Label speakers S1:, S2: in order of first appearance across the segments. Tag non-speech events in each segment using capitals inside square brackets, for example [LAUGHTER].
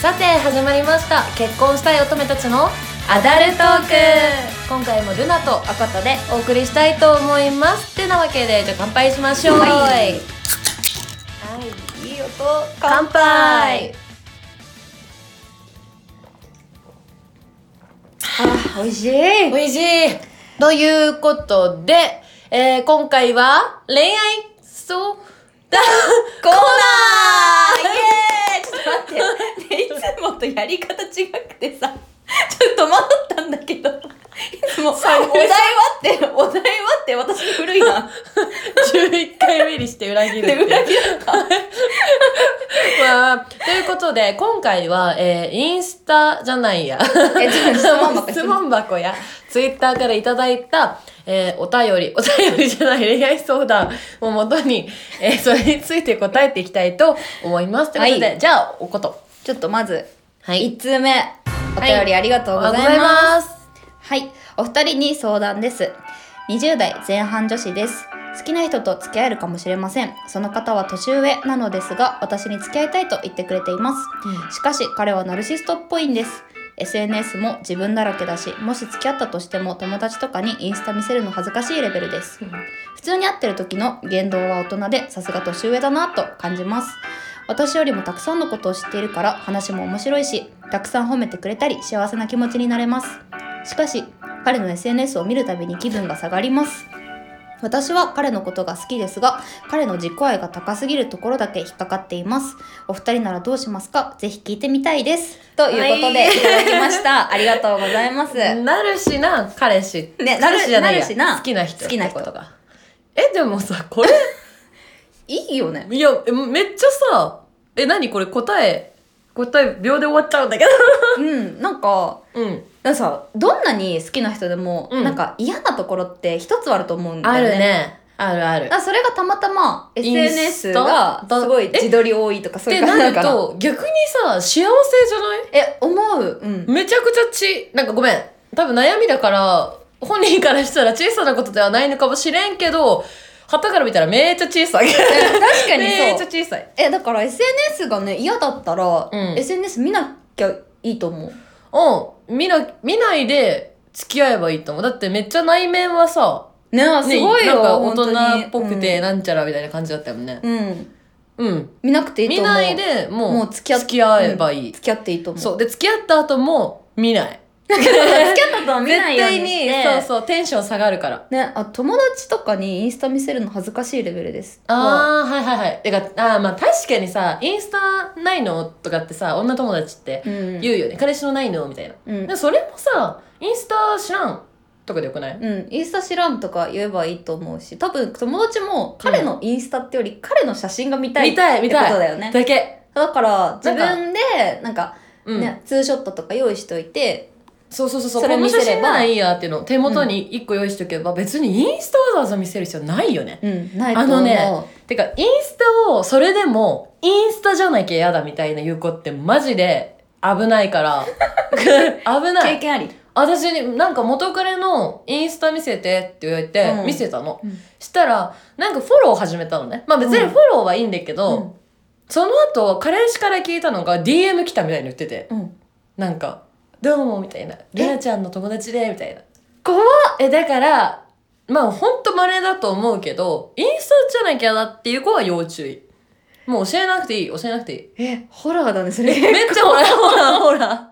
S1: さて始まりました結婚したい乙女たちのアダルトーク今回もルナとアカタでお送りしたいと思いますってなわけでじゃあ乾杯しましょう
S2: はい
S1: はいいい音
S2: 乾杯あ美味しい
S1: 美味しいということで、えー、今回は恋愛相談コーナ
S2: イエーイちょっと待って、ね、いつもとやり方違くてさちょっと戸惑ったんだけどいつも「お題は?」って「お題は?」って私古いな
S1: [LAUGHS] ー11回目にして裏切るって
S2: で
S1: いう
S2: 裏切られた
S1: まあということで、今回は、えーインスタじゃないや。
S2: えちょっと質問箱
S1: 質問箱や、ツイッターからいただいた、えーお便り、お便りじゃない恋愛相談をもとに、えーそれについて答えていきたいと思います。ということで、
S2: はい
S1: じゃあ、おこと。
S2: ちょっとまず
S1: は
S2: 1通目お
S1: はい
S2: 便りありがとうございます,、
S1: ありがとうございます
S2: はい、お二人に相談です。20代前半女子です。好きな人と付き合えるかもしれません。その方は年上なのですが、私に付き合いたいと言ってくれています。しかし彼はナルシストっぽいんです。SNS も自分だらけだし、もし付き合ったとしても友達とかにインスタ見せるの恥ずかしいレベルです。普通に会ってる時の言動は大人でさすが年上だなと感じます私よりもたくさんのことを知っているから話も面白いしたくさん褒めてくれたり幸せな気持ちになれますしかし彼の SNS を見るたびに気分が下がります私は彼のことが好きですが彼の自己愛が高すぎるところだけ引っかかっていますお二人ならどうしますかぜひ聞いてみたいですということ
S1: は
S2: で
S1: い
S2: いただきました、ありがとうござい
S1: [LAUGHS]
S2: ます
S1: なるしな、彼氏。
S2: ね
S1: 彼氏じゃないや
S2: なるしな
S1: 好きな人。
S2: 好きな人
S1: が。え、でもさ、これ、
S2: いいよね
S1: いや、えめっちゃさ、え、なにこれ答え、答え秒で終わっちゃうんだけ
S2: うんなんか
S1: ど。うん。
S2: なんかさどんなに好きな人でも、
S1: うん
S2: なんか嫌なところって一つはあると思うんだ
S1: あ
S2: よね。
S1: るね。あるある
S2: だか。らそれがたまたま
S1: インスタ
S2: SNS が
S1: だ
S2: すごい自撮り多いとか
S1: っ
S2: そうい
S1: て
S2: う感じ
S1: な
S2: な
S1: る
S2: のかな。
S1: と、逆にさ、幸せじゃない
S2: え思ううん。
S1: めちゃくちゃち、なんかごめん。多分悩みだから、本人からしたら小さなことではないのかもしれんけど、旗から見たらめっちゃ小さい。
S2: え確か
S1: めっち
S2: にそ
S1: ゃ
S2: う。
S1: 小さい。
S2: えだから SNS がね嫌だったら、
S1: うん
S2: SNS 見なきゃいいと思う。
S1: うん。見な、見ないで付き合えばいいと思う。だってめっちゃ内面はさ、
S2: ねす
S1: ね
S2: ごいよ、
S1: なんか
S2: 本当に
S1: 大人っぽくて、なんちゃらみたいな感じだったよね。
S2: うん。うん
S1: うん。
S2: 見なくていいと
S1: 見
S2: 思う。
S1: ないでもう
S2: もう付き合っ
S1: えばいい、
S2: 付き合っていいと思う。
S1: そうで付き合った後も見ない
S2: [LAUGHS] 付き合ったとは見ないようにして。
S1: 絶対にそうそうテンション下がるから
S2: ね、あ友達とかにインスタ見せるの恥ずかしいレベルです。
S1: ああはいはいはいてかあーまあ確かにさインスタないのとかってさ女友達って
S2: うん、
S1: 言うよね、彼氏のないのみたいな、
S2: うん
S1: でそれもさインスタ知らんとかでよくない、
S2: うん、インスタ知らんとか言えばいいと思うし多分友達も彼のインスタってより彼の写真が見たい
S1: 見たい見
S2: ってこと
S1: たい
S2: だよね
S1: だけ、
S2: だから
S1: な
S2: 自
S1: んか
S2: 分でなんか、
S1: うん
S2: ねツーショットとか用意しといて
S1: そうそうそうそう
S2: それ
S1: この
S2: 見せ
S1: 写真
S2: れば
S1: ならいいやっていうのを手元に1個用意しとけば、別にインスタわざわざ見せる必要ないよね
S2: うんないと思う
S1: あのねてか、インスタを、それでも、インスタじゃなきゃ嫌だみたいな言う子ってマジで危ないから。危な
S2: [LAUGHS] 経 [LAUGHS]
S1: い。
S2: 験あり
S1: 私に、なんか元彼のインスタ見せてって言われて、
S2: うん
S1: 見せたの。
S2: うん
S1: したら、なんかフォロー始めたのね。まあ別に
S2: うん
S1: フォローはいいんだけど、その後、彼氏から聞いたのが DM 来たみたいに言ってて。
S2: うんうん
S1: なんか、どうも、みたいな。レナちゃんの友達で、みたいな。怖っえ、だから、まあ、ほんと稀だと思うけど、インスタじゃなきゃだっていう子は要注意。もう教えなくていい、教えなくていい。
S2: えホラーだねそれ [LAUGHS]
S1: めっちゃほら、ほら、ほら。いろんな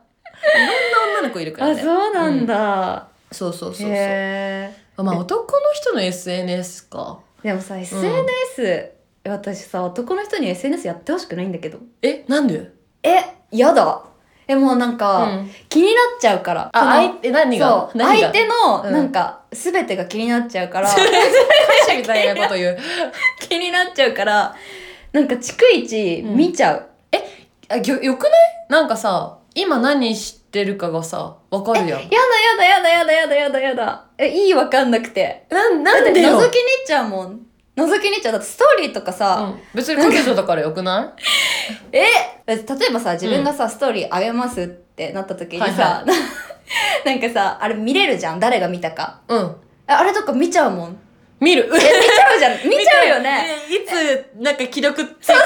S1: 女の子いるから
S2: あ
S1: ね。
S2: そうなんだ、
S1: そうそうそうそう。
S2: へ
S1: まあ、男の人の SNS か。
S2: えでもさ SNS、私さ男の人に SNS やってほしくないんだけど
S1: え、なんで
S2: えやだえもうなんか、
S1: うん
S2: 気になっちゃうからそ
S1: あ、
S2: の
S1: 相手、何が
S2: そう
S1: 何が
S2: 相手の
S1: うん
S2: なんか全てが気になっちゃうから
S1: [LAUGHS]
S2: [LAUGHS]
S1: みたいなこと言う。
S2: 気になっちゃうからなんか逐一見ちゃう、
S1: あ、よ、よくないなんかさ、今何してるかがさ、わかるやん
S2: や。だやだやだやだやだやだえいいわかんなくて
S1: なん、
S2: だ
S1: な
S2: って
S1: んでよ
S2: 覗きに行っちゃうもん覗きに行っちゃうだってストーリーとか
S1: う
S2: さ、
S1: ん、別に彼女だからよくな
S2: え例えばさ自分がさ、ストーリーあげますってなった時に [LAUGHS] さ、なんかさあれ見れるじゃん誰が見たか
S1: いうん。
S2: ああれとか見ちゃうもん
S1: 見 [LAUGHS] る
S2: え見ちゃうじゃん見ちゃうよね
S1: 見て [LAUGHS] いつなんか既読ついたつ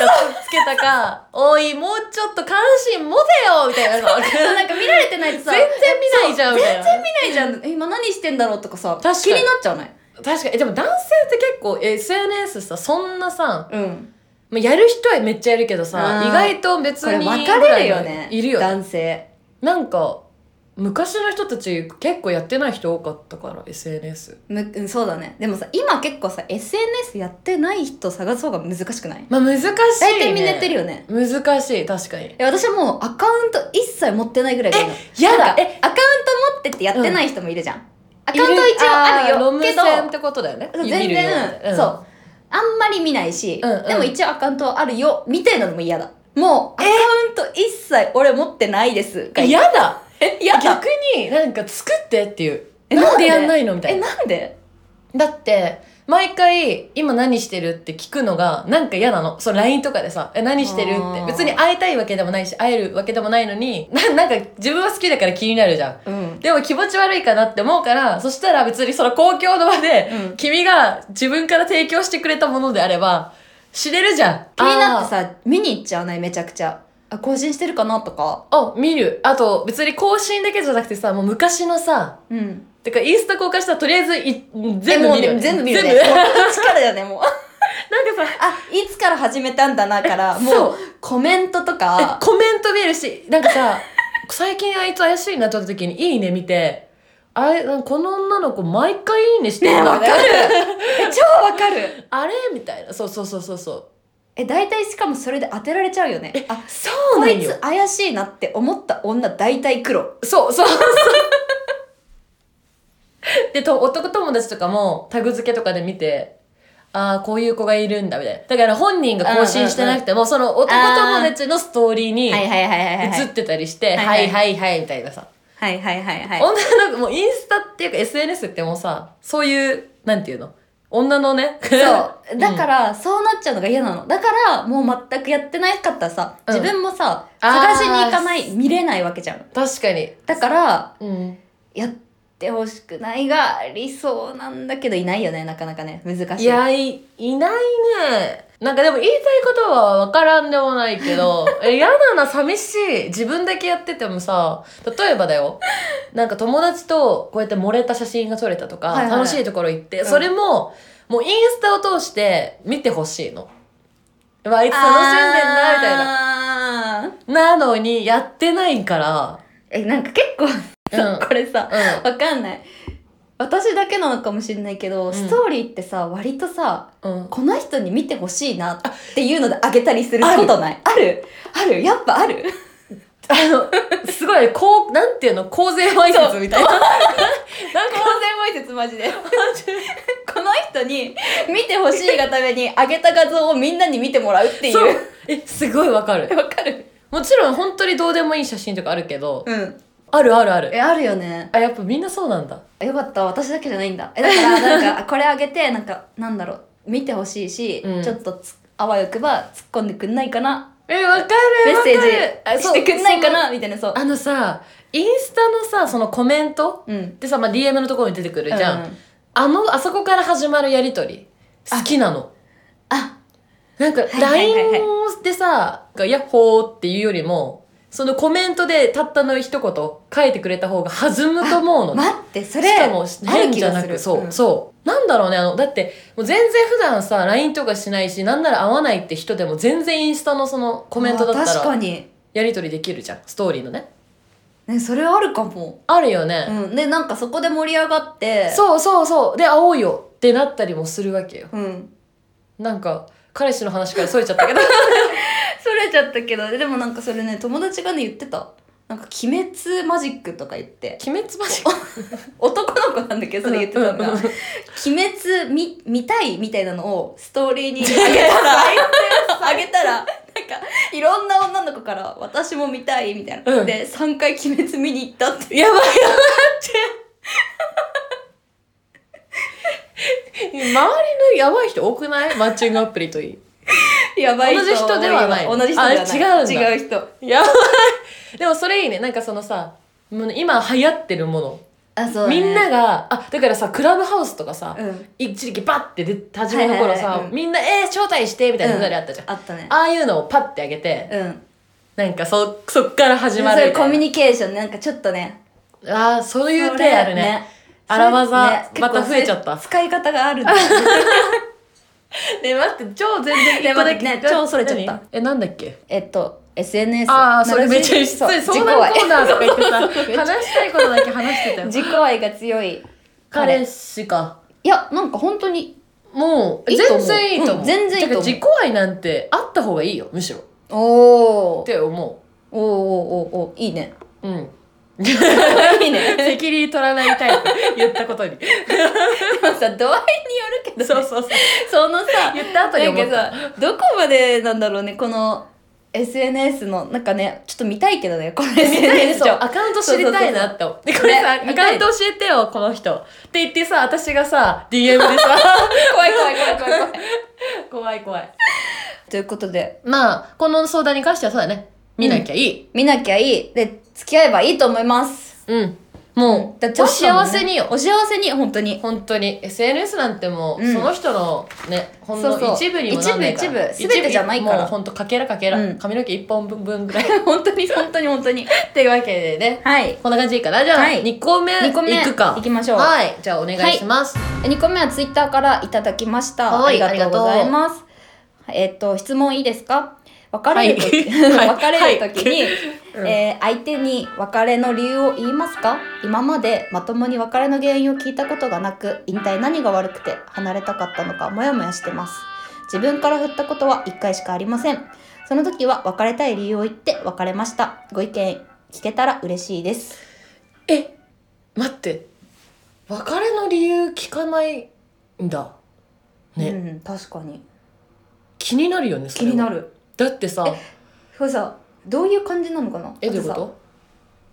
S1: けた [LAUGHS] かおいもうちょっと関心持てよみたいなのがある
S2: そうなんか見られてないとさ
S1: [LAUGHS] 全然見ないじゃんみたいな
S2: そう全然見ないじゃんえ今何してんだろうとかさ
S1: 確かに
S2: 気になっちゃわない
S1: 確かにえでも男性って結構 SNS さそんなさ
S2: うん
S1: まあやる人はめっちゃやるけどさ
S2: あー
S1: 意外と別
S2: これ
S1: に
S2: 分かれるよね
S1: いるよね
S2: 男性
S1: なんか昔の人たち結構やってない人多かったから SNS
S2: むうんそうだねでもさ今結構さ SNS やってない人探す方が難しくない
S1: まあ難しい、ね、
S2: 大体みんなやってるよね
S1: 難しい確かに
S2: え私はもうアカウント一切持ってないぐらいがいいの
S1: や
S2: な
S1: だ
S2: んか
S1: え
S2: アカウント持っててやってない人もいるじゃん、アカウント一応ある
S1: い
S2: よ
S1: あーロム
S2: けど
S1: 線ってことだよね
S2: そう
S1: 見
S2: 全
S1: るよ
S2: 然、
S1: ん
S2: そうあんまり見ないし、
S1: うんうん
S2: でも一応アカウントあるよみたいなのも嫌だもうアカウント一切俺持ってないですが
S1: や
S2: [LAUGHS]
S1: だ
S2: え嫌だ
S1: 逆になんか作ってっていう
S2: え
S1: なんでやんないのみたい
S2: え
S1: な
S2: なんで
S1: だって毎回「今何してる?」って聞くのがなんか嫌なのそう LINE とかでさ「え何してる?」
S2: あ
S1: って
S2: ー
S1: 別に会いたいわけでもないし会えるわけでもないのに [LAUGHS] ななんか自分は好きだから気になるじゃん
S2: うん
S1: でも気持ち悪いかなって思うからそしたら別にその公共の場で、
S2: うん
S1: 君が自分から提供してくれたものであれば知れるじゃん
S2: 気になってさ見に行っちゃわないめちゃくちゃあ更新してるかなとか
S1: あーあ見るあと別に更新だけじゃなくてさもう昔のさ
S2: うん
S1: てかインスタ公開したらとりあえずい全
S2: え
S1: 部
S2: もう
S1: 見るよ、ね、
S2: 全部見るね
S1: 全部
S2: もうこっちからだよねもう
S1: [LAUGHS] なんかさ
S2: あいつから始めたんだなからも
S1: そうう
S2: コメントとか
S1: コメント見るしなんかさ最近あいつ怪しいなって思った時に「いいね」見てあれこの女の子毎回「いいね」して
S2: ね
S1: る
S2: わ
S1: の
S2: かるえ超わかる
S1: あれみたいなそうそうそうそうそう
S2: え大体しかもそれで当てられちゃうよねあ
S1: そう
S2: こ
S1: ないんよ
S2: つ怪しいなって思った女大体黒
S1: そうそう [LAUGHS] そう。でと男友達とかもタグ付けとかで見てああこういう子がいるんだみたいなだから本人が更新してなくても、その男友達のストーリーに
S2: はい
S1: 映
S2: はいはいはいはい
S1: ってたりして「
S2: はい
S1: は
S2: はい
S1: いはいはい」みたいなさ、
S2: はいはいはいはい
S1: 女の子もうインスタっていうか SNS ってもうさそういうなんていうの女のね
S2: そうだから、そうなっちゃうのが嫌なのだからもう全くやってなかったらさ
S1: うん
S2: 自分もさ、
S1: あー
S2: 探しに行かない見れないわけじゃん
S1: 確かに、
S2: だから
S1: うん、
S2: やってほしくないが理想なんだけどいないよねなかなかね難しい
S1: いやいいないねなんかでも言いたいことは分からんでもないけ
S2: [LAUGHS]
S1: どえ嫌だな寂しい自分だけやっててもさ例えばだよなんか友達とこうやって漏れた写真が撮れたとか、
S2: はいはい
S1: 楽しいところ行って、
S2: うん
S1: それももうインスタを通して見てほしいの。うわあいつ楽しんでんなみたいな。
S2: なみたいな
S1: なのにやってないから。
S2: えなんか結構さ、
S1: うん
S2: これさ、
S1: うん
S2: わかんない私だけなのかもしれないけど、
S1: ん
S2: ストーリーってさ割とさ
S1: うん、
S2: この人に見てほしいなっていうのであげたりすることないあるあるやっぱある
S1: あのすごいこうなんていうの公然わいせつみたい [LAUGHS] ななん
S2: 公
S1: か
S2: 然わいせつマジで [LAUGHS] この人に見てほしいがためにあげた画像をみんなに見てもらうってい
S1: そううえすごいわかる
S2: [LAUGHS] わかる
S1: もちろん本当にどうでもいい写真とかあるけど、
S2: うん
S1: あるあるある。
S2: えあるよね
S1: あ、やっぱみんなそうなんだ。
S2: よかった私だけじゃないんだえだからなん
S1: [LAUGHS]
S2: かこれあげてなんかなんだろう見てほしいし、
S1: うん
S2: ちょっとつあわよくば突っ込んでくんないかな
S1: え、わかる
S2: メッセ
S1: あ
S2: ージ
S1: そ
S2: し
S1: う
S2: てくんないか
S1: そ
S2: なみたいなそう
S1: のあのさ、インスタのさ、そのコメント
S2: うん
S1: でさ、まあ、DM のところに出てくるじゃん。
S2: うん
S1: あの、あそこから始まるやりとり、好きなの。
S2: あ
S1: なんか、
S2: いはいはいはい
S1: LINE でさ、ヤッホーっていうよりも、そのコメントでたったの一言書いてくれた方が弾むと思うのね。
S2: 待ってそれ
S1: しかも
S2: ある
S1: 変
S2: 気
S1: じゃ
S2: が
S1: な
S2: する
S1: くそう、
S2: ん
S1: そうなんだろうねあのだってもう全然普段さ LINE とかしないしなんなら会わないって人でも全然インスタのそのコメントだ
S2: あ
S1: った
S2: 確からに
S1: やり取りできるじゃんストーリーのね
S2: ねそれはあるかも
S1: あるよね、
S2: うんでなんかそこで盛り上がって
S1: そうそうそうで会おうよってなったりもするわけよ
S2: ううん
S1: なんか彼氏の話からそれちゃったけど [LAUGHS]
S2: それちゃったけどでもなんかそれね友達がね言ってたなんか「鬼滅マジック」とか言って
S1: 鬼滅マジック
S2: 男の子なんだけどそれ言ってたのが
S1: うんうん
S2: 鬼滅見見たいみたいなのをストー
S1: [LAUGHS]
S2: リーにあげたらあげたらなんかいろんな女の子から「私も見たい」みたいな、
S1: うん
S2: で3回「鬼滅見に行った」って
S1: やばいやばいって周りのやばい人多くないマッチングアプリといい
S2: [LAUGHS] やばい人
S1: 同じ人ではない
S2: 同じ人ではな
S1: あ
S2: い
S1: 違うんだ
S2: 違う人
S1: やばいでもそれいいねなんかそのさもう今流行ってるもの
S2: あそうだ
S1: み
S2: ね
S1: んながあだからさクラブハウスとかさ、
S2: うん
S1: 一時期バッて出て始めの頃さ、
S2: はいはいはいうん
S1: みんな「えー、招待して」みたいなくだりあったじゃん、
S2: あったね
S1: ああいうのをパッてあげて、
S2: うん
S1: なんかそそっから始ま
S2: そう
S1: る
S2: い
S1: み
S2: うコ
S1: た
S2: ミュ
S1: い
S2: ニケーションなんかちょっとね
S1: なあーそういう
S2: そ
S1: 手
S2: れ
S1: あるね荒技また増えちゃった
S2: 結構使い方があるんだ
S1: [LAUGHS]
S2: [LAUGHS]
S1: ね待って超全然一個だけ、
S2: ね待ってね
S1: 超それちゃった
S2: 何
S1: えなんだっけ
S2: えっと SNS
S1: ああそれめっちゃ一緒
S2: そう自
S1: 相
S2: 己
S1: 談
S2: 愛
S1: コーナーとか言
S2: [LAUGHS]
S1: ってさ話したいことだけ話してたよ
S2: 自己愛が強い
S1: 彼氏か
S2: いやなんか本当に
S1: もう
S2: いいと思
S1: 全
S2: う
S1: 然いいと思う、
S2: うん全然いいと思う
S1: てか自己愛なんてあった方がいいよむしろっ
S2: おおー
S1: て思
S2: おーおーおーおーいいね
S1: ううん
S2: [LAUGHS] いいね
S1: 責任取らないタイプ言ったこと
S2: [LAUGHS]
S1: に
S2: でもさ度合いによるけどね
S1: そうそうそう
S2: そのさ
S1: 言った後に
S2: なん
S1: 思っ
S2: か
S1: た
S2: さどこまでなんだろうねこの SNS のなんかねちょっと見たいけどねこの SNS
S1: そう
S2: を
S1: アカウント知りたいなって思うでこれさ、
S2: ね
S1: アカウント教えてよこの人って言ってさ私がさ DM でさ
S2: [LAUGHS] 怖い怖い怖い怖い怖い
S1: 怖い怖い
S2: [LAUGHS] ということで
S1: まあこの相談に関してはそうだね見なきゃいい
S2: 見なきゃいいで付き合えばいいと思います
S1: うん、もう、
S2: だ
S1: お幸せによ
S2: お幸せに本当に
S1: 本当に SNS なんてもう、
S2: うん
S1: その人のねほん
S2: そ
S1: の
S2: うそう
S1: 一部にもなんないから
S2: 一部一部全てじゃないから
S1: もうほんとかけらかけら、
S2: うん
S1: 髪の毛一本分ぐらい
S2: [LAUGHS]
S1: [LAUGHS]
S2: 本当に本当に本当に
S1: っていうわけでね
S2: はい
S1: こんな感じでいいかなじゃあ、
S2: はい
S1: 2個目
S2: 2個目
S1: いくか
S2: いきましょう
S1: はいじゃあお願いします、
S2: 2個目はツイッターからいただきましたあ
S1: はい
S2: りがとうございますえっと質問いいですか別れるとき、
S1: はいはい
S2: [LAUGHS] 別れるときに、
S1: はいうん
S2: [LAUGHS] えー相手に別れの理由を言いますか今までまともに別れの原因を聞いたことがなく一体何が悪くて離れたかったのかモヤモヤしてます自分から振ったことは1回しかありませんその時は別れたい理由を言って別れましたご意見聞けたら嬉しいです
S1: え待って別れの理由聞かないんだね、
S2: うん、確かに
S1: 気になるよねそ
S2: 気
S1: れは
S2: になる
S1: だってさ
S2: これさどういう感じなのかな
S1: えどういう
S2: だってさ
S1: こ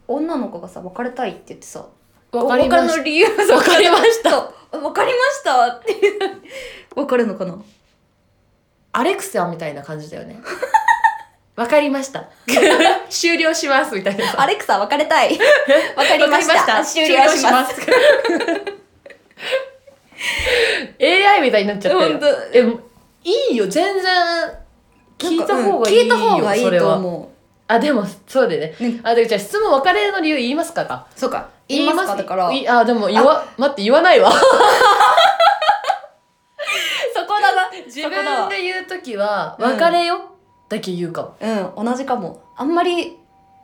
S2: 女の子がさ別れたいって言ってさ
S1: と別れまし
S2: の理由
S1: た別れました
S2: た分かりましたっていう分かるのかな
S1: アレクサみたいな感じだよ [LAUGHS] ね。わかりました。 [LAUGHS] 終了しますみたいな。
S2: アレクサ別れ [LAUGHS] たい分かりました終了します
S1: [LAUGHS] す。AI みたいになっちゃってる。え、いいよ、全然。聞いた方がいいよ、
S2: 聞いた方がいい
S1: それ
S2: と
S1: は。
S2: 思
S1: あ、でも、そうだよね。
S2: ね
S1: あ、でもじゃあ質問別れの理由言いますかか。
S2: うそうか言いますかだから
S1: いあ、でも、言わ、待って、言わない [LAUGHS] わ。
S2: そこだな
S1: 自
S2: 自
S1: 分で言うときは、
S2: うん
S1: 別れよ、だけ言うかも。
S2: うん同じかもあんまり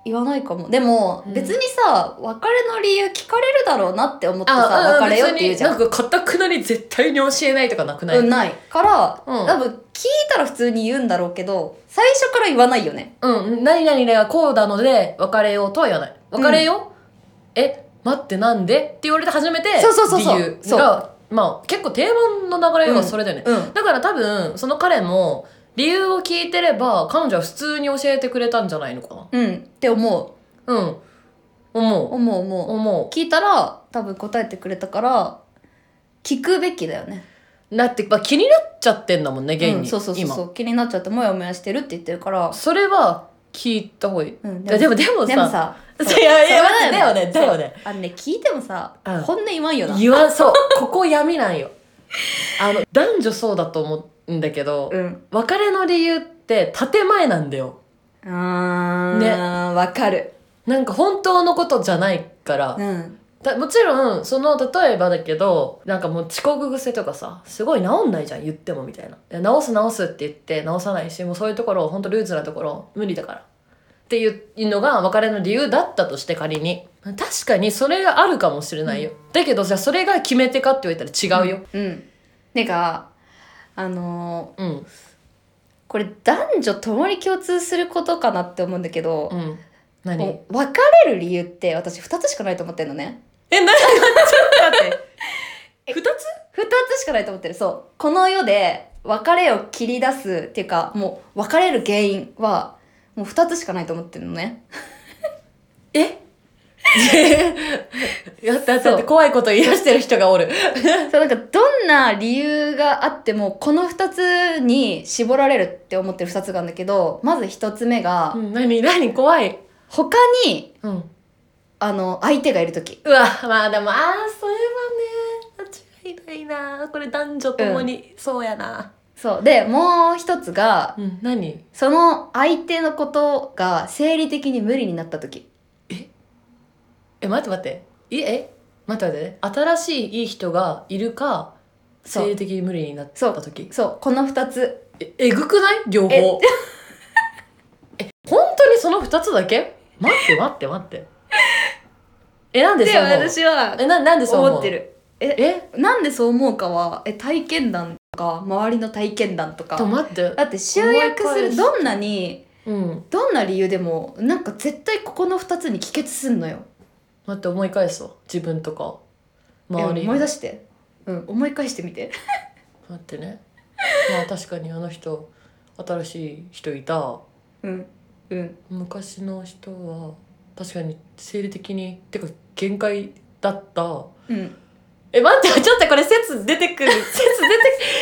S2: 言わないかもでも、
S1: うん
S2: 別にさ別れの理由聞かれるだろうなって思って
S1: あ
S2: さ別れよって言うじゃん
S1: 別になんか、かたくなに絶対に教えないとかなくない、
S2: うん、ないから、
S1: うん
S2: 多分聞いたら普通に言うんだろうけど最初から言わないよね
S1: うん、何々がこうなので別れようとは言わない。別れよ、うえ、待ってなんでって言われて初めて
S2: そうそうそうそう
S1: 理由が、まあ結構定番の流れはそれだよね。
S2: うん
S1: だから多分、その彼も理由を聞いてれば彼女は普通に教えてくれたんじゃないのかな。
S2: うんって思
S1: うん。
S2: う
S1: 思う。
S2: 思う思う
S1: 思
S2: 聞いたら多分答えてくれたから聞くべきだよね
S1: う。だって、まあ、気になっちゃってんだもんね、現に。
S2: うん、そうそうそうそ
S1: 今。
S2: う気になっちゃってモヤモヤしてるって言ってるから、
S1: それは聞いた方がいい。
S2: うん、
S1: いやでも、でも
S2: でもさ
S1: [LAUGHS] いやいや
S2: そう
S1: 待ってだよねだよね
S2: そうあのね聞いてもさ、
S1: うん
S2: 本音言わんよな
S1: 言わんそうここ闇なんよ [LAUGHS] あの男女そうだと思うんだけど、
S2: うん
S1: 別れの理由って建前なんだよ
S2: あーねわかる
S1: なんか本当のことじゃないから、
S2: うん
S1: だもちろんその例えばだけどなんかもう遅刻癖とかさすごい治んないじゃん言ってもみたいないや治す治すって言って治さないしもうそういうところ本当ルーズなところ無理だからっていうのが別れの理由だったとして仮に確かにそれがあるかもしれないよ、だけどじゃあそれが決め手かって言われたら違うよ
S2: うんてかあのー
S1: うん
S2: これ男女ともに共通することかなって思うんだけど、
S1: うん、何
S2: こう別れる理由って私2つしかないと思ってるのね
S1: え何ちょっと待って二つ
S2: 2つしかないと思ってるそうこの世で別れを切り出すっていうかもう別れる原因はもう2つしかないと思ってるのね
S1: え [LAUGHS] やったやったやっ
S2: そ
S1: た
S2: う
S1: 怖いこと言い出してる人がおる
S2: そうなんかどんな理由があってもこの2つに絞られるって思ってる2つがあるんだけどまず1つ目が
S1: うん何何怖い
S2: 他に
S1: うん
S2: あの相手がいる時
S1: うわまあでもああそれはね間違いないなこれ男女ともにそうやな、
S2: そうでもう一つが
S1: うん、何
S2: その相手のことが生理的に無理になった時
S1: え待って待っていえ待って待って新しいいい人がいるか
S2: そう
S1: 生理的に無理になった時
S2: そうこの2つ
S1: ええぐくない両方え [LAUGHS] 本当にその2つだけ待って待って待ってえなんでそう思う
S2: は
S1: えななんでそう思う
S2: 思ってる
S1: え
S2: なんでそう思うかはえ体験談とか周りの体験談とか
S1: と待って
S2: だって集約
S1: 思い
S2: す
S1: 返
S2: る
S1: す
S2: どんなに
S1: うん
S2: どんな理由でもなんか絶対ここの2つに帰結すんのよ
S1: 待って思い返すわ自分とか周
S2: え
S1: り
S2: 思い出してうん思い返してみて
S1: 待ってねまあ確かにあの人新しい人いた
S2: うんうん
S1: 昔の人は確かに生理的にてか限界だった
S2: うん
S1: え待ってちょっとこれ説出てく
S2: [LAUGHS]
S1: る説出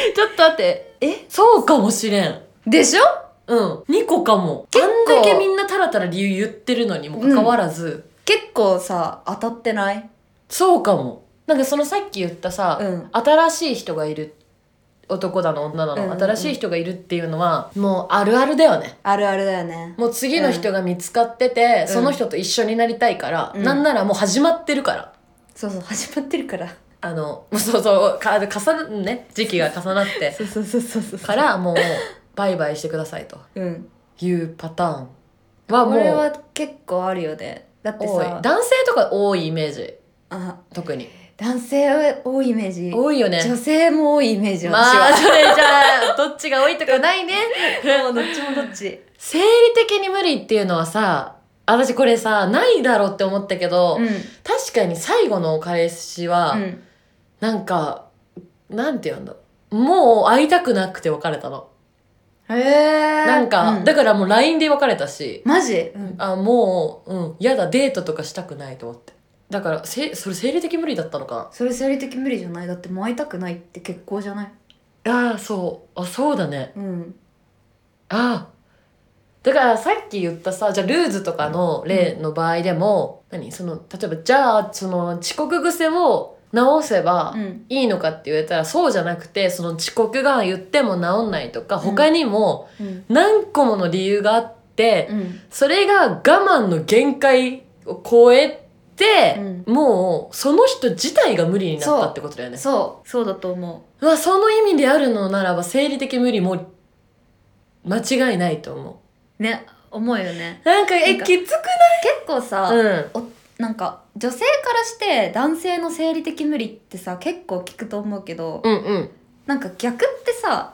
S1: てちょっと待って
S2: え
S1: そうかもしれん
S2: でしょ
S1: うん2個かもあんだけみんなタラタラ理由言ってるのにもかかわらず、
S2: 結構さ当たってない
S1: そうかもなんかそのさっき言ったさ、
S2: うん
S1: 新しい人がいる男だの女だの、
S2: うんうんうん
S1: 新しい人がいるっていうのはもうあるあるだよね
S2: あるあるだよね
S1: もう次の人が見つかってて、
S2: うん
S1: その人と一緒になりたいから、
S2: うん
S1: なんならもう始まってるから。
S2: そうそう始まってるから
S1: あの、もうそうそう、か重な、ね、時期が重なって、
S2: そうそうそうそうそう
S1: からもう、バイバイしてくださいと
S2: うん
S1: いうパターンは
S2: こ
S1: も
S2: れ
S1: う、
S2: は結構あるよねだって
S1: 多い
S2: さ。
S1: 男性とか多いイメージ、
S2: あ
S1: 特に。
S2: 男性多いイメージ
S1: 多いよね。
S2: 女性も多いイメージ私
S1: まあ、
S2: は、
S1: それじゃあ、どっちが多いとかないね。
S2: もうどっちもどっち
S1: 生理的に無理っていうのはさ、私これさ、ないだろうって思ったけど、
S2: うん
S1: 確かに最後の彼氏は、
S2: うん
S1: なんか、なんて言うんだろうもう会いたくなくて別れたの。
S2: へえ
S1: なんか、だ
S2: ら
S1: からもう LINE で別れたし、
S2: マジ、うん、
S1: あ、もう、うん、やだ、デートとかしたくないと思って。だから、せ、それ生理的無理だったのか
S2: それ生理的無理じゃないだってもう会いたくないって結婚じゃない
S1: な。ああ、そう。あ、そうだね。
S2: うん
S1: ああ。だからさっき言ったさ、じゃあルーズとかの例の場合でも、何その、例えば、じゃあ、その、遅刻癖を直せば、
S2: うん
S1: いいのかって言えたらそうじゃなくてその遅刻が言っても治んないとか
S2: ん
S1: 他にも
S2: うん
S1: 何個もの理由があって、
S2: うん
S1: それが我慢の限界を超えて、もうその人自体が無理になったってことだよねそ
S2: そうそうだと思
S1: うわその意味であるのならば生理的無理も間違いないと思
S2: うね思うよね
S1: うなんかえ
S2: なんか
S1: きつ
S2: 結構さ、
S1: くうん
S2: なんか女性からして男性の生理的無理ってさ結構聞くと思うけど、
S1: うんうん
S2: なんか逆ってさ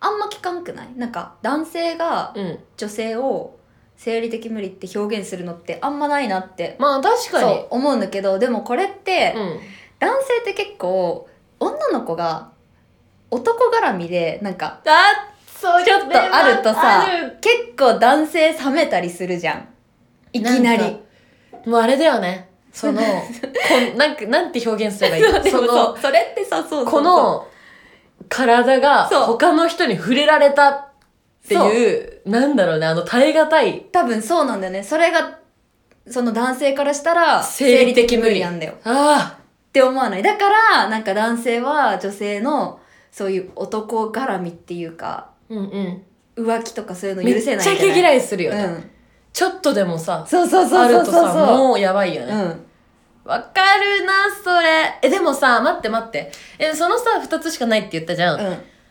S2: あんま聞かんくないなんか男性が
S1: うん
S2: 女性を生理的無理って表現するのってあんまないなって、
S1: まあ確か
S2: そう
S1: に
S2: 思うんだけどでもこれって、
S1: ん
S2: 男性って結構女の子が男絡みでなんか
S1: あそう
S2: ちょっとあるとさ
S1: ある
S2: 結構男性冷めたりするじゃんいきなり
S1: んかもうあれだよねそのこんなんかなんて表現すればいい
S2: そうでも
S1: [LAUGHS] その
S2: そうそれってさそうそうそう
S1: この体が
S2: そう
S1: 他の人に触れられたっていう、なんだろうね、あの耐え難い。
S2: 多分そうなんだよねそれがその男性からしたら
S1: 生理的無理
S2: なんだよっ
S1: あ
S2: て思わないだからなんか男性は女性のそういう男絡みっていうか
S1: あ。うんうん。
S2: 浮気とかそういうの
S1: め
S2: 許
S1: っち
S2: せ
S1: ゃ
S2: ないじゃない
S1: 毛嫌いするよね。
S2: うん
S1: ちょっとでもさ、
S2: そうそうそうそうそう
S1: あるとさ、もうやばいよ
S2: う
S1: ね。
S2: ん
S1: わ、かるな、それ。え、でもさ、待って待って。え、そのさ、二つしかないって言ったじゃん。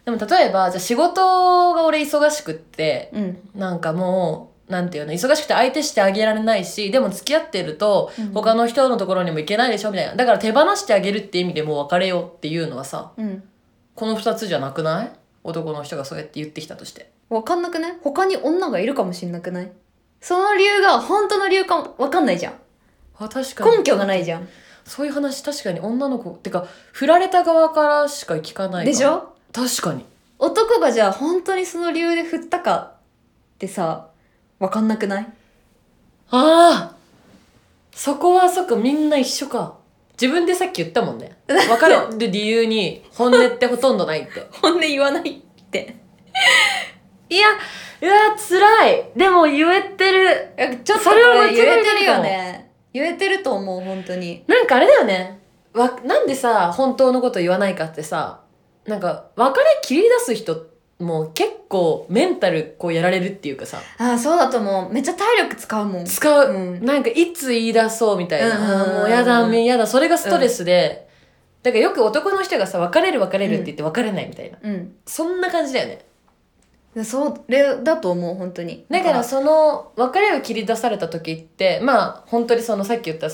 S1: でも例えば、じゃあ仕事が俺忙しくって、
S2: うんうん
S1: なんかもう、なんていうの忙しくて相手してあげられないし、でも付き合ってると
S2: うん、
S1: 他の人のところにも行けないでしょみたいな。だから手放してあげるって意味でもう別れようっていうのはさ、
S2: うん
S1: この2つじゃなくない男の人がそうやって言ってきたとして
S2: わかんなくない他に女がいるかもしんなくないその理由が本当の理由かわかんないじゃん
S1: あ確か
S2: 根
S1: に
S2: 拠がないじゃん
S1: そういう話確かに女の子ってか振られた側からしか聞かないかも
S2: でしょ
S1: 確かに
S2: 男がじゃあ本当にその理由で振ったかってさ分かんなくない
S1: ああそこはそっかみんな一緒か自分でさっき言ったもん
S2: [LAUGHS]
S1: ね別れる理由に本音ってほとんどないって
S2: 本音言わないって
S1: いやうわ辛いでも言えてる
S2: ちょっと
S1: そ
S2: こ
S1: れは間
S2: れ
S1: 違え
S2: 揺
S1: てるかも
S2: れてるよね言えてると思う本当に
S1: なんかあれだよねわなんでさ本当のこと言わないかってさなんか別れ切り出す人も結構メンタルこうやられるっていうかさ
S2: ああそうだと思うめっちゃ体力使うもん
S1: 使う、
S2: うん
S1: なんかいつ言い出そうみたいな、
S2: うんうんうん
S1: あー
S2: うん
S1: もうやだめやだそれがストレスで、だからよく男の人がさ別れる別れるって言って別れないみたいな、
S2: うん
S1: そんな感じだよね
S2: でそれだと思う本当に
S1: だからその別れを切り出された時ってまあ本当にそのさっき言った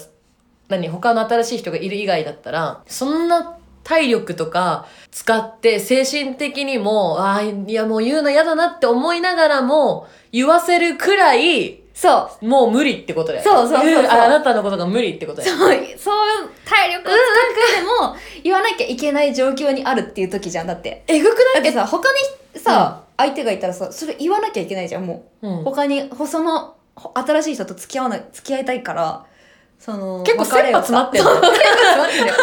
S1: 何他の新しい人がいる以外だったらそんな体力とか使って精神的にもああいやもう言うの嫌だなって思いながらも言わせるくらい
S2: そう
S1: もう無理ってことだよね
S2: そうそうそうそうん
S1: ああなたのことが無理ってことだよね
S2: そうそう体力を使ってでも言わなきゃいけない状況にあるっていう時じゃんだって
S1: えぐく
S2: だっ
S1: な
S2: て
S1: い
S2: さ他にさ、相手がいたらさそれ言わなきゃいけないじゃんもう、
S1: うん
S2: 他にそのほ新しい人と付き合わない付き合いたいからその
S1: 結構切羽詰まってる
S2: 別れをさそう切羽詰まってる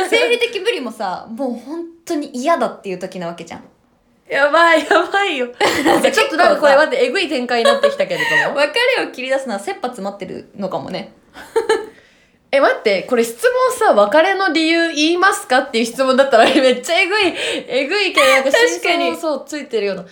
S2: そう生理的無理もさもう本当に嫌だっていう時なわけじゃん
S1: [LAUGHS] やばいやばいよちょっと [LAUGHS] なんかこれ待ってえぐい展開になってきたけれども
S2: 別れを切り出すのは切羽詰まってるのかもね
S1: え待ってこれ質問さ別れの理由言いますかっていう質問だったら [LAUGHS] めっちゃえぐいえぐいけどなんか
S2: 確かに
S1: 真相そうついてるような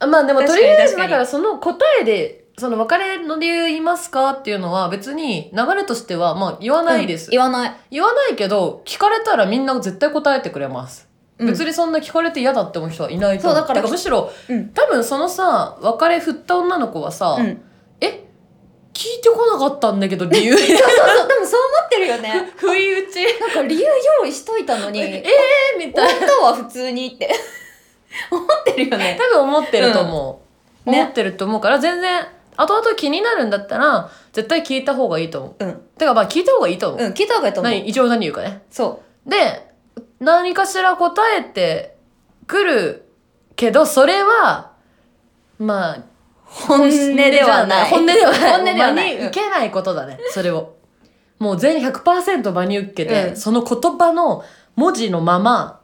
S1: あまあでも
S2: 確
S1: と
S2: かに
S1: りあえず
S2: 確か
S1: だ
S2: に
S1: からその答えでその別れの理由言いますかっていうのは別に流れとしてはまあ言わないです、
S2: うん言わない、
S1: 言わないけど聞かれたらみんな絶対答えてくれます、
S2: うん
S1: 別にそんな聞かれて嫌だって思う人はいないと思
S2: そうだから
S1: てむしろ
S2: うん
S1: 多分そのさ別れ振った女の子はさ、
S2: うん
S1: え聞いてこなかったんだけど理
S2: [LAUGHS]
S1: 由
S2: そうそうそうでもそう思ってるよね
S1: 不意打ちえ
S2: なんか理由用意しといたの [LAUGHS] に
S1: えー、み
S2: 終わ
S1: たいな
S2: ったわ普通にって [LAUGHS] 思ってるよね
S1: 多分思ってると思う、
S2: うんね
S1: 思ってると思うから全然後々気になるんだったら絶対聞いた方がいいと思う
S2: うん
S1: てかまあ聞いた方がいいと思う、
S2: うん聞いた方がいいと思う
S1: 何一応何言うかね
S2: そ
S1: で何かしら答えてくるけどそれはまあ
S2: う本音ではない
S1: 本音ではない
S2: 本音ではない
S1: 真に受けないことだねそれをもう全100%真に受けて、
S2: うん
S1: その言葉の文字のまま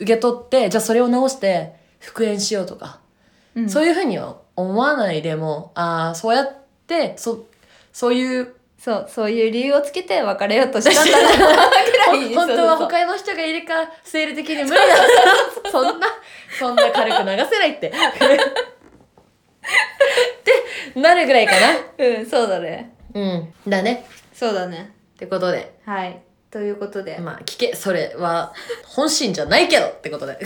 S1: 受け取ってじゃあそれを直して復縁しようとか、
S2: うん
S1: そういうふうには思わないでもああそうやってそそういう
S2: そうそういう理由をつけて別れようとしたんだなぐらい
S1: ほ
S2: に
S1: 本当は
S2: そうそう
S1: 他の人がいるから生理的に無理だそんなそんな軽く流せないってってなるぐらいかな
S2: そううんそうだね
S1: うんだね
S2: そうだね
S1: ってことで
S2: はいということで、
S1: まあ聞けそれは本心じゃないけどってことで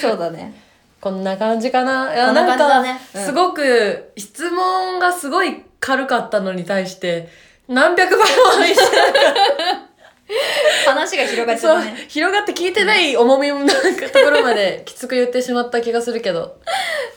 S2: そうだね
S1: [LAUGHS] こんな感じかない
S2: こ
S1: や
S2: んな
S1: な
S2: 感
S1: ん
S2: じ
S1: か
S2: だねうん
S1: すごく質問がすごい軽かったのに対して何百倍も話 [LAUGHS] して
S2: 話が広がっちゃ
S1: そ
S2: っ
S1: う
S2: たね
S1: 広がって聞いてない重みのなんかところまで [LAUGHS] きつく言ってしまった気がするけど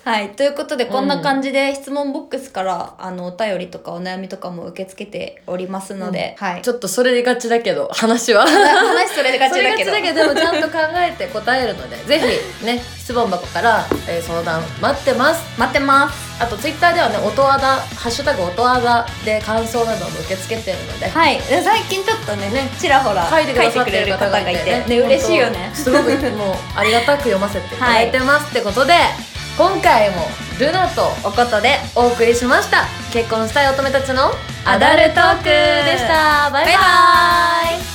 S2: はいということでこんな感じで質問ボックスから、あのお便りとかお悩みとかも受け付けておりますので、はい
S1: ちょっとそれがちだけど話は。
S2: 話それが
S1: そ
S2: ち
S1: れ
S2: だ
S1: が
S2: け
S1: ち
S2: ど
S1: だけどでもちゃんと考えて答えるのでぜひね質問箱から、えー相談待ってます
S2: 待ってます
S1: あとツイッターではね音あだ「ハッシュタグ音あだ」で感想なども受け付けてるので、
S2: はいで最近ちょっとね
S1: ね
S2: ちらほら
S1: 書いてくださってる方がいて
S2: 書い
S1: ね
S2: てくれる方がいてね嬉しいよね
S1: 本当すごくもうありがたく読ませていただいてます、ってことで今回もルナと
S2: おことで
S1: お送りしました結婚したい乙女たちの
S2: アダルトーク
S1: でしたバイバ
S2: バイバ
S1: イ
S2: イ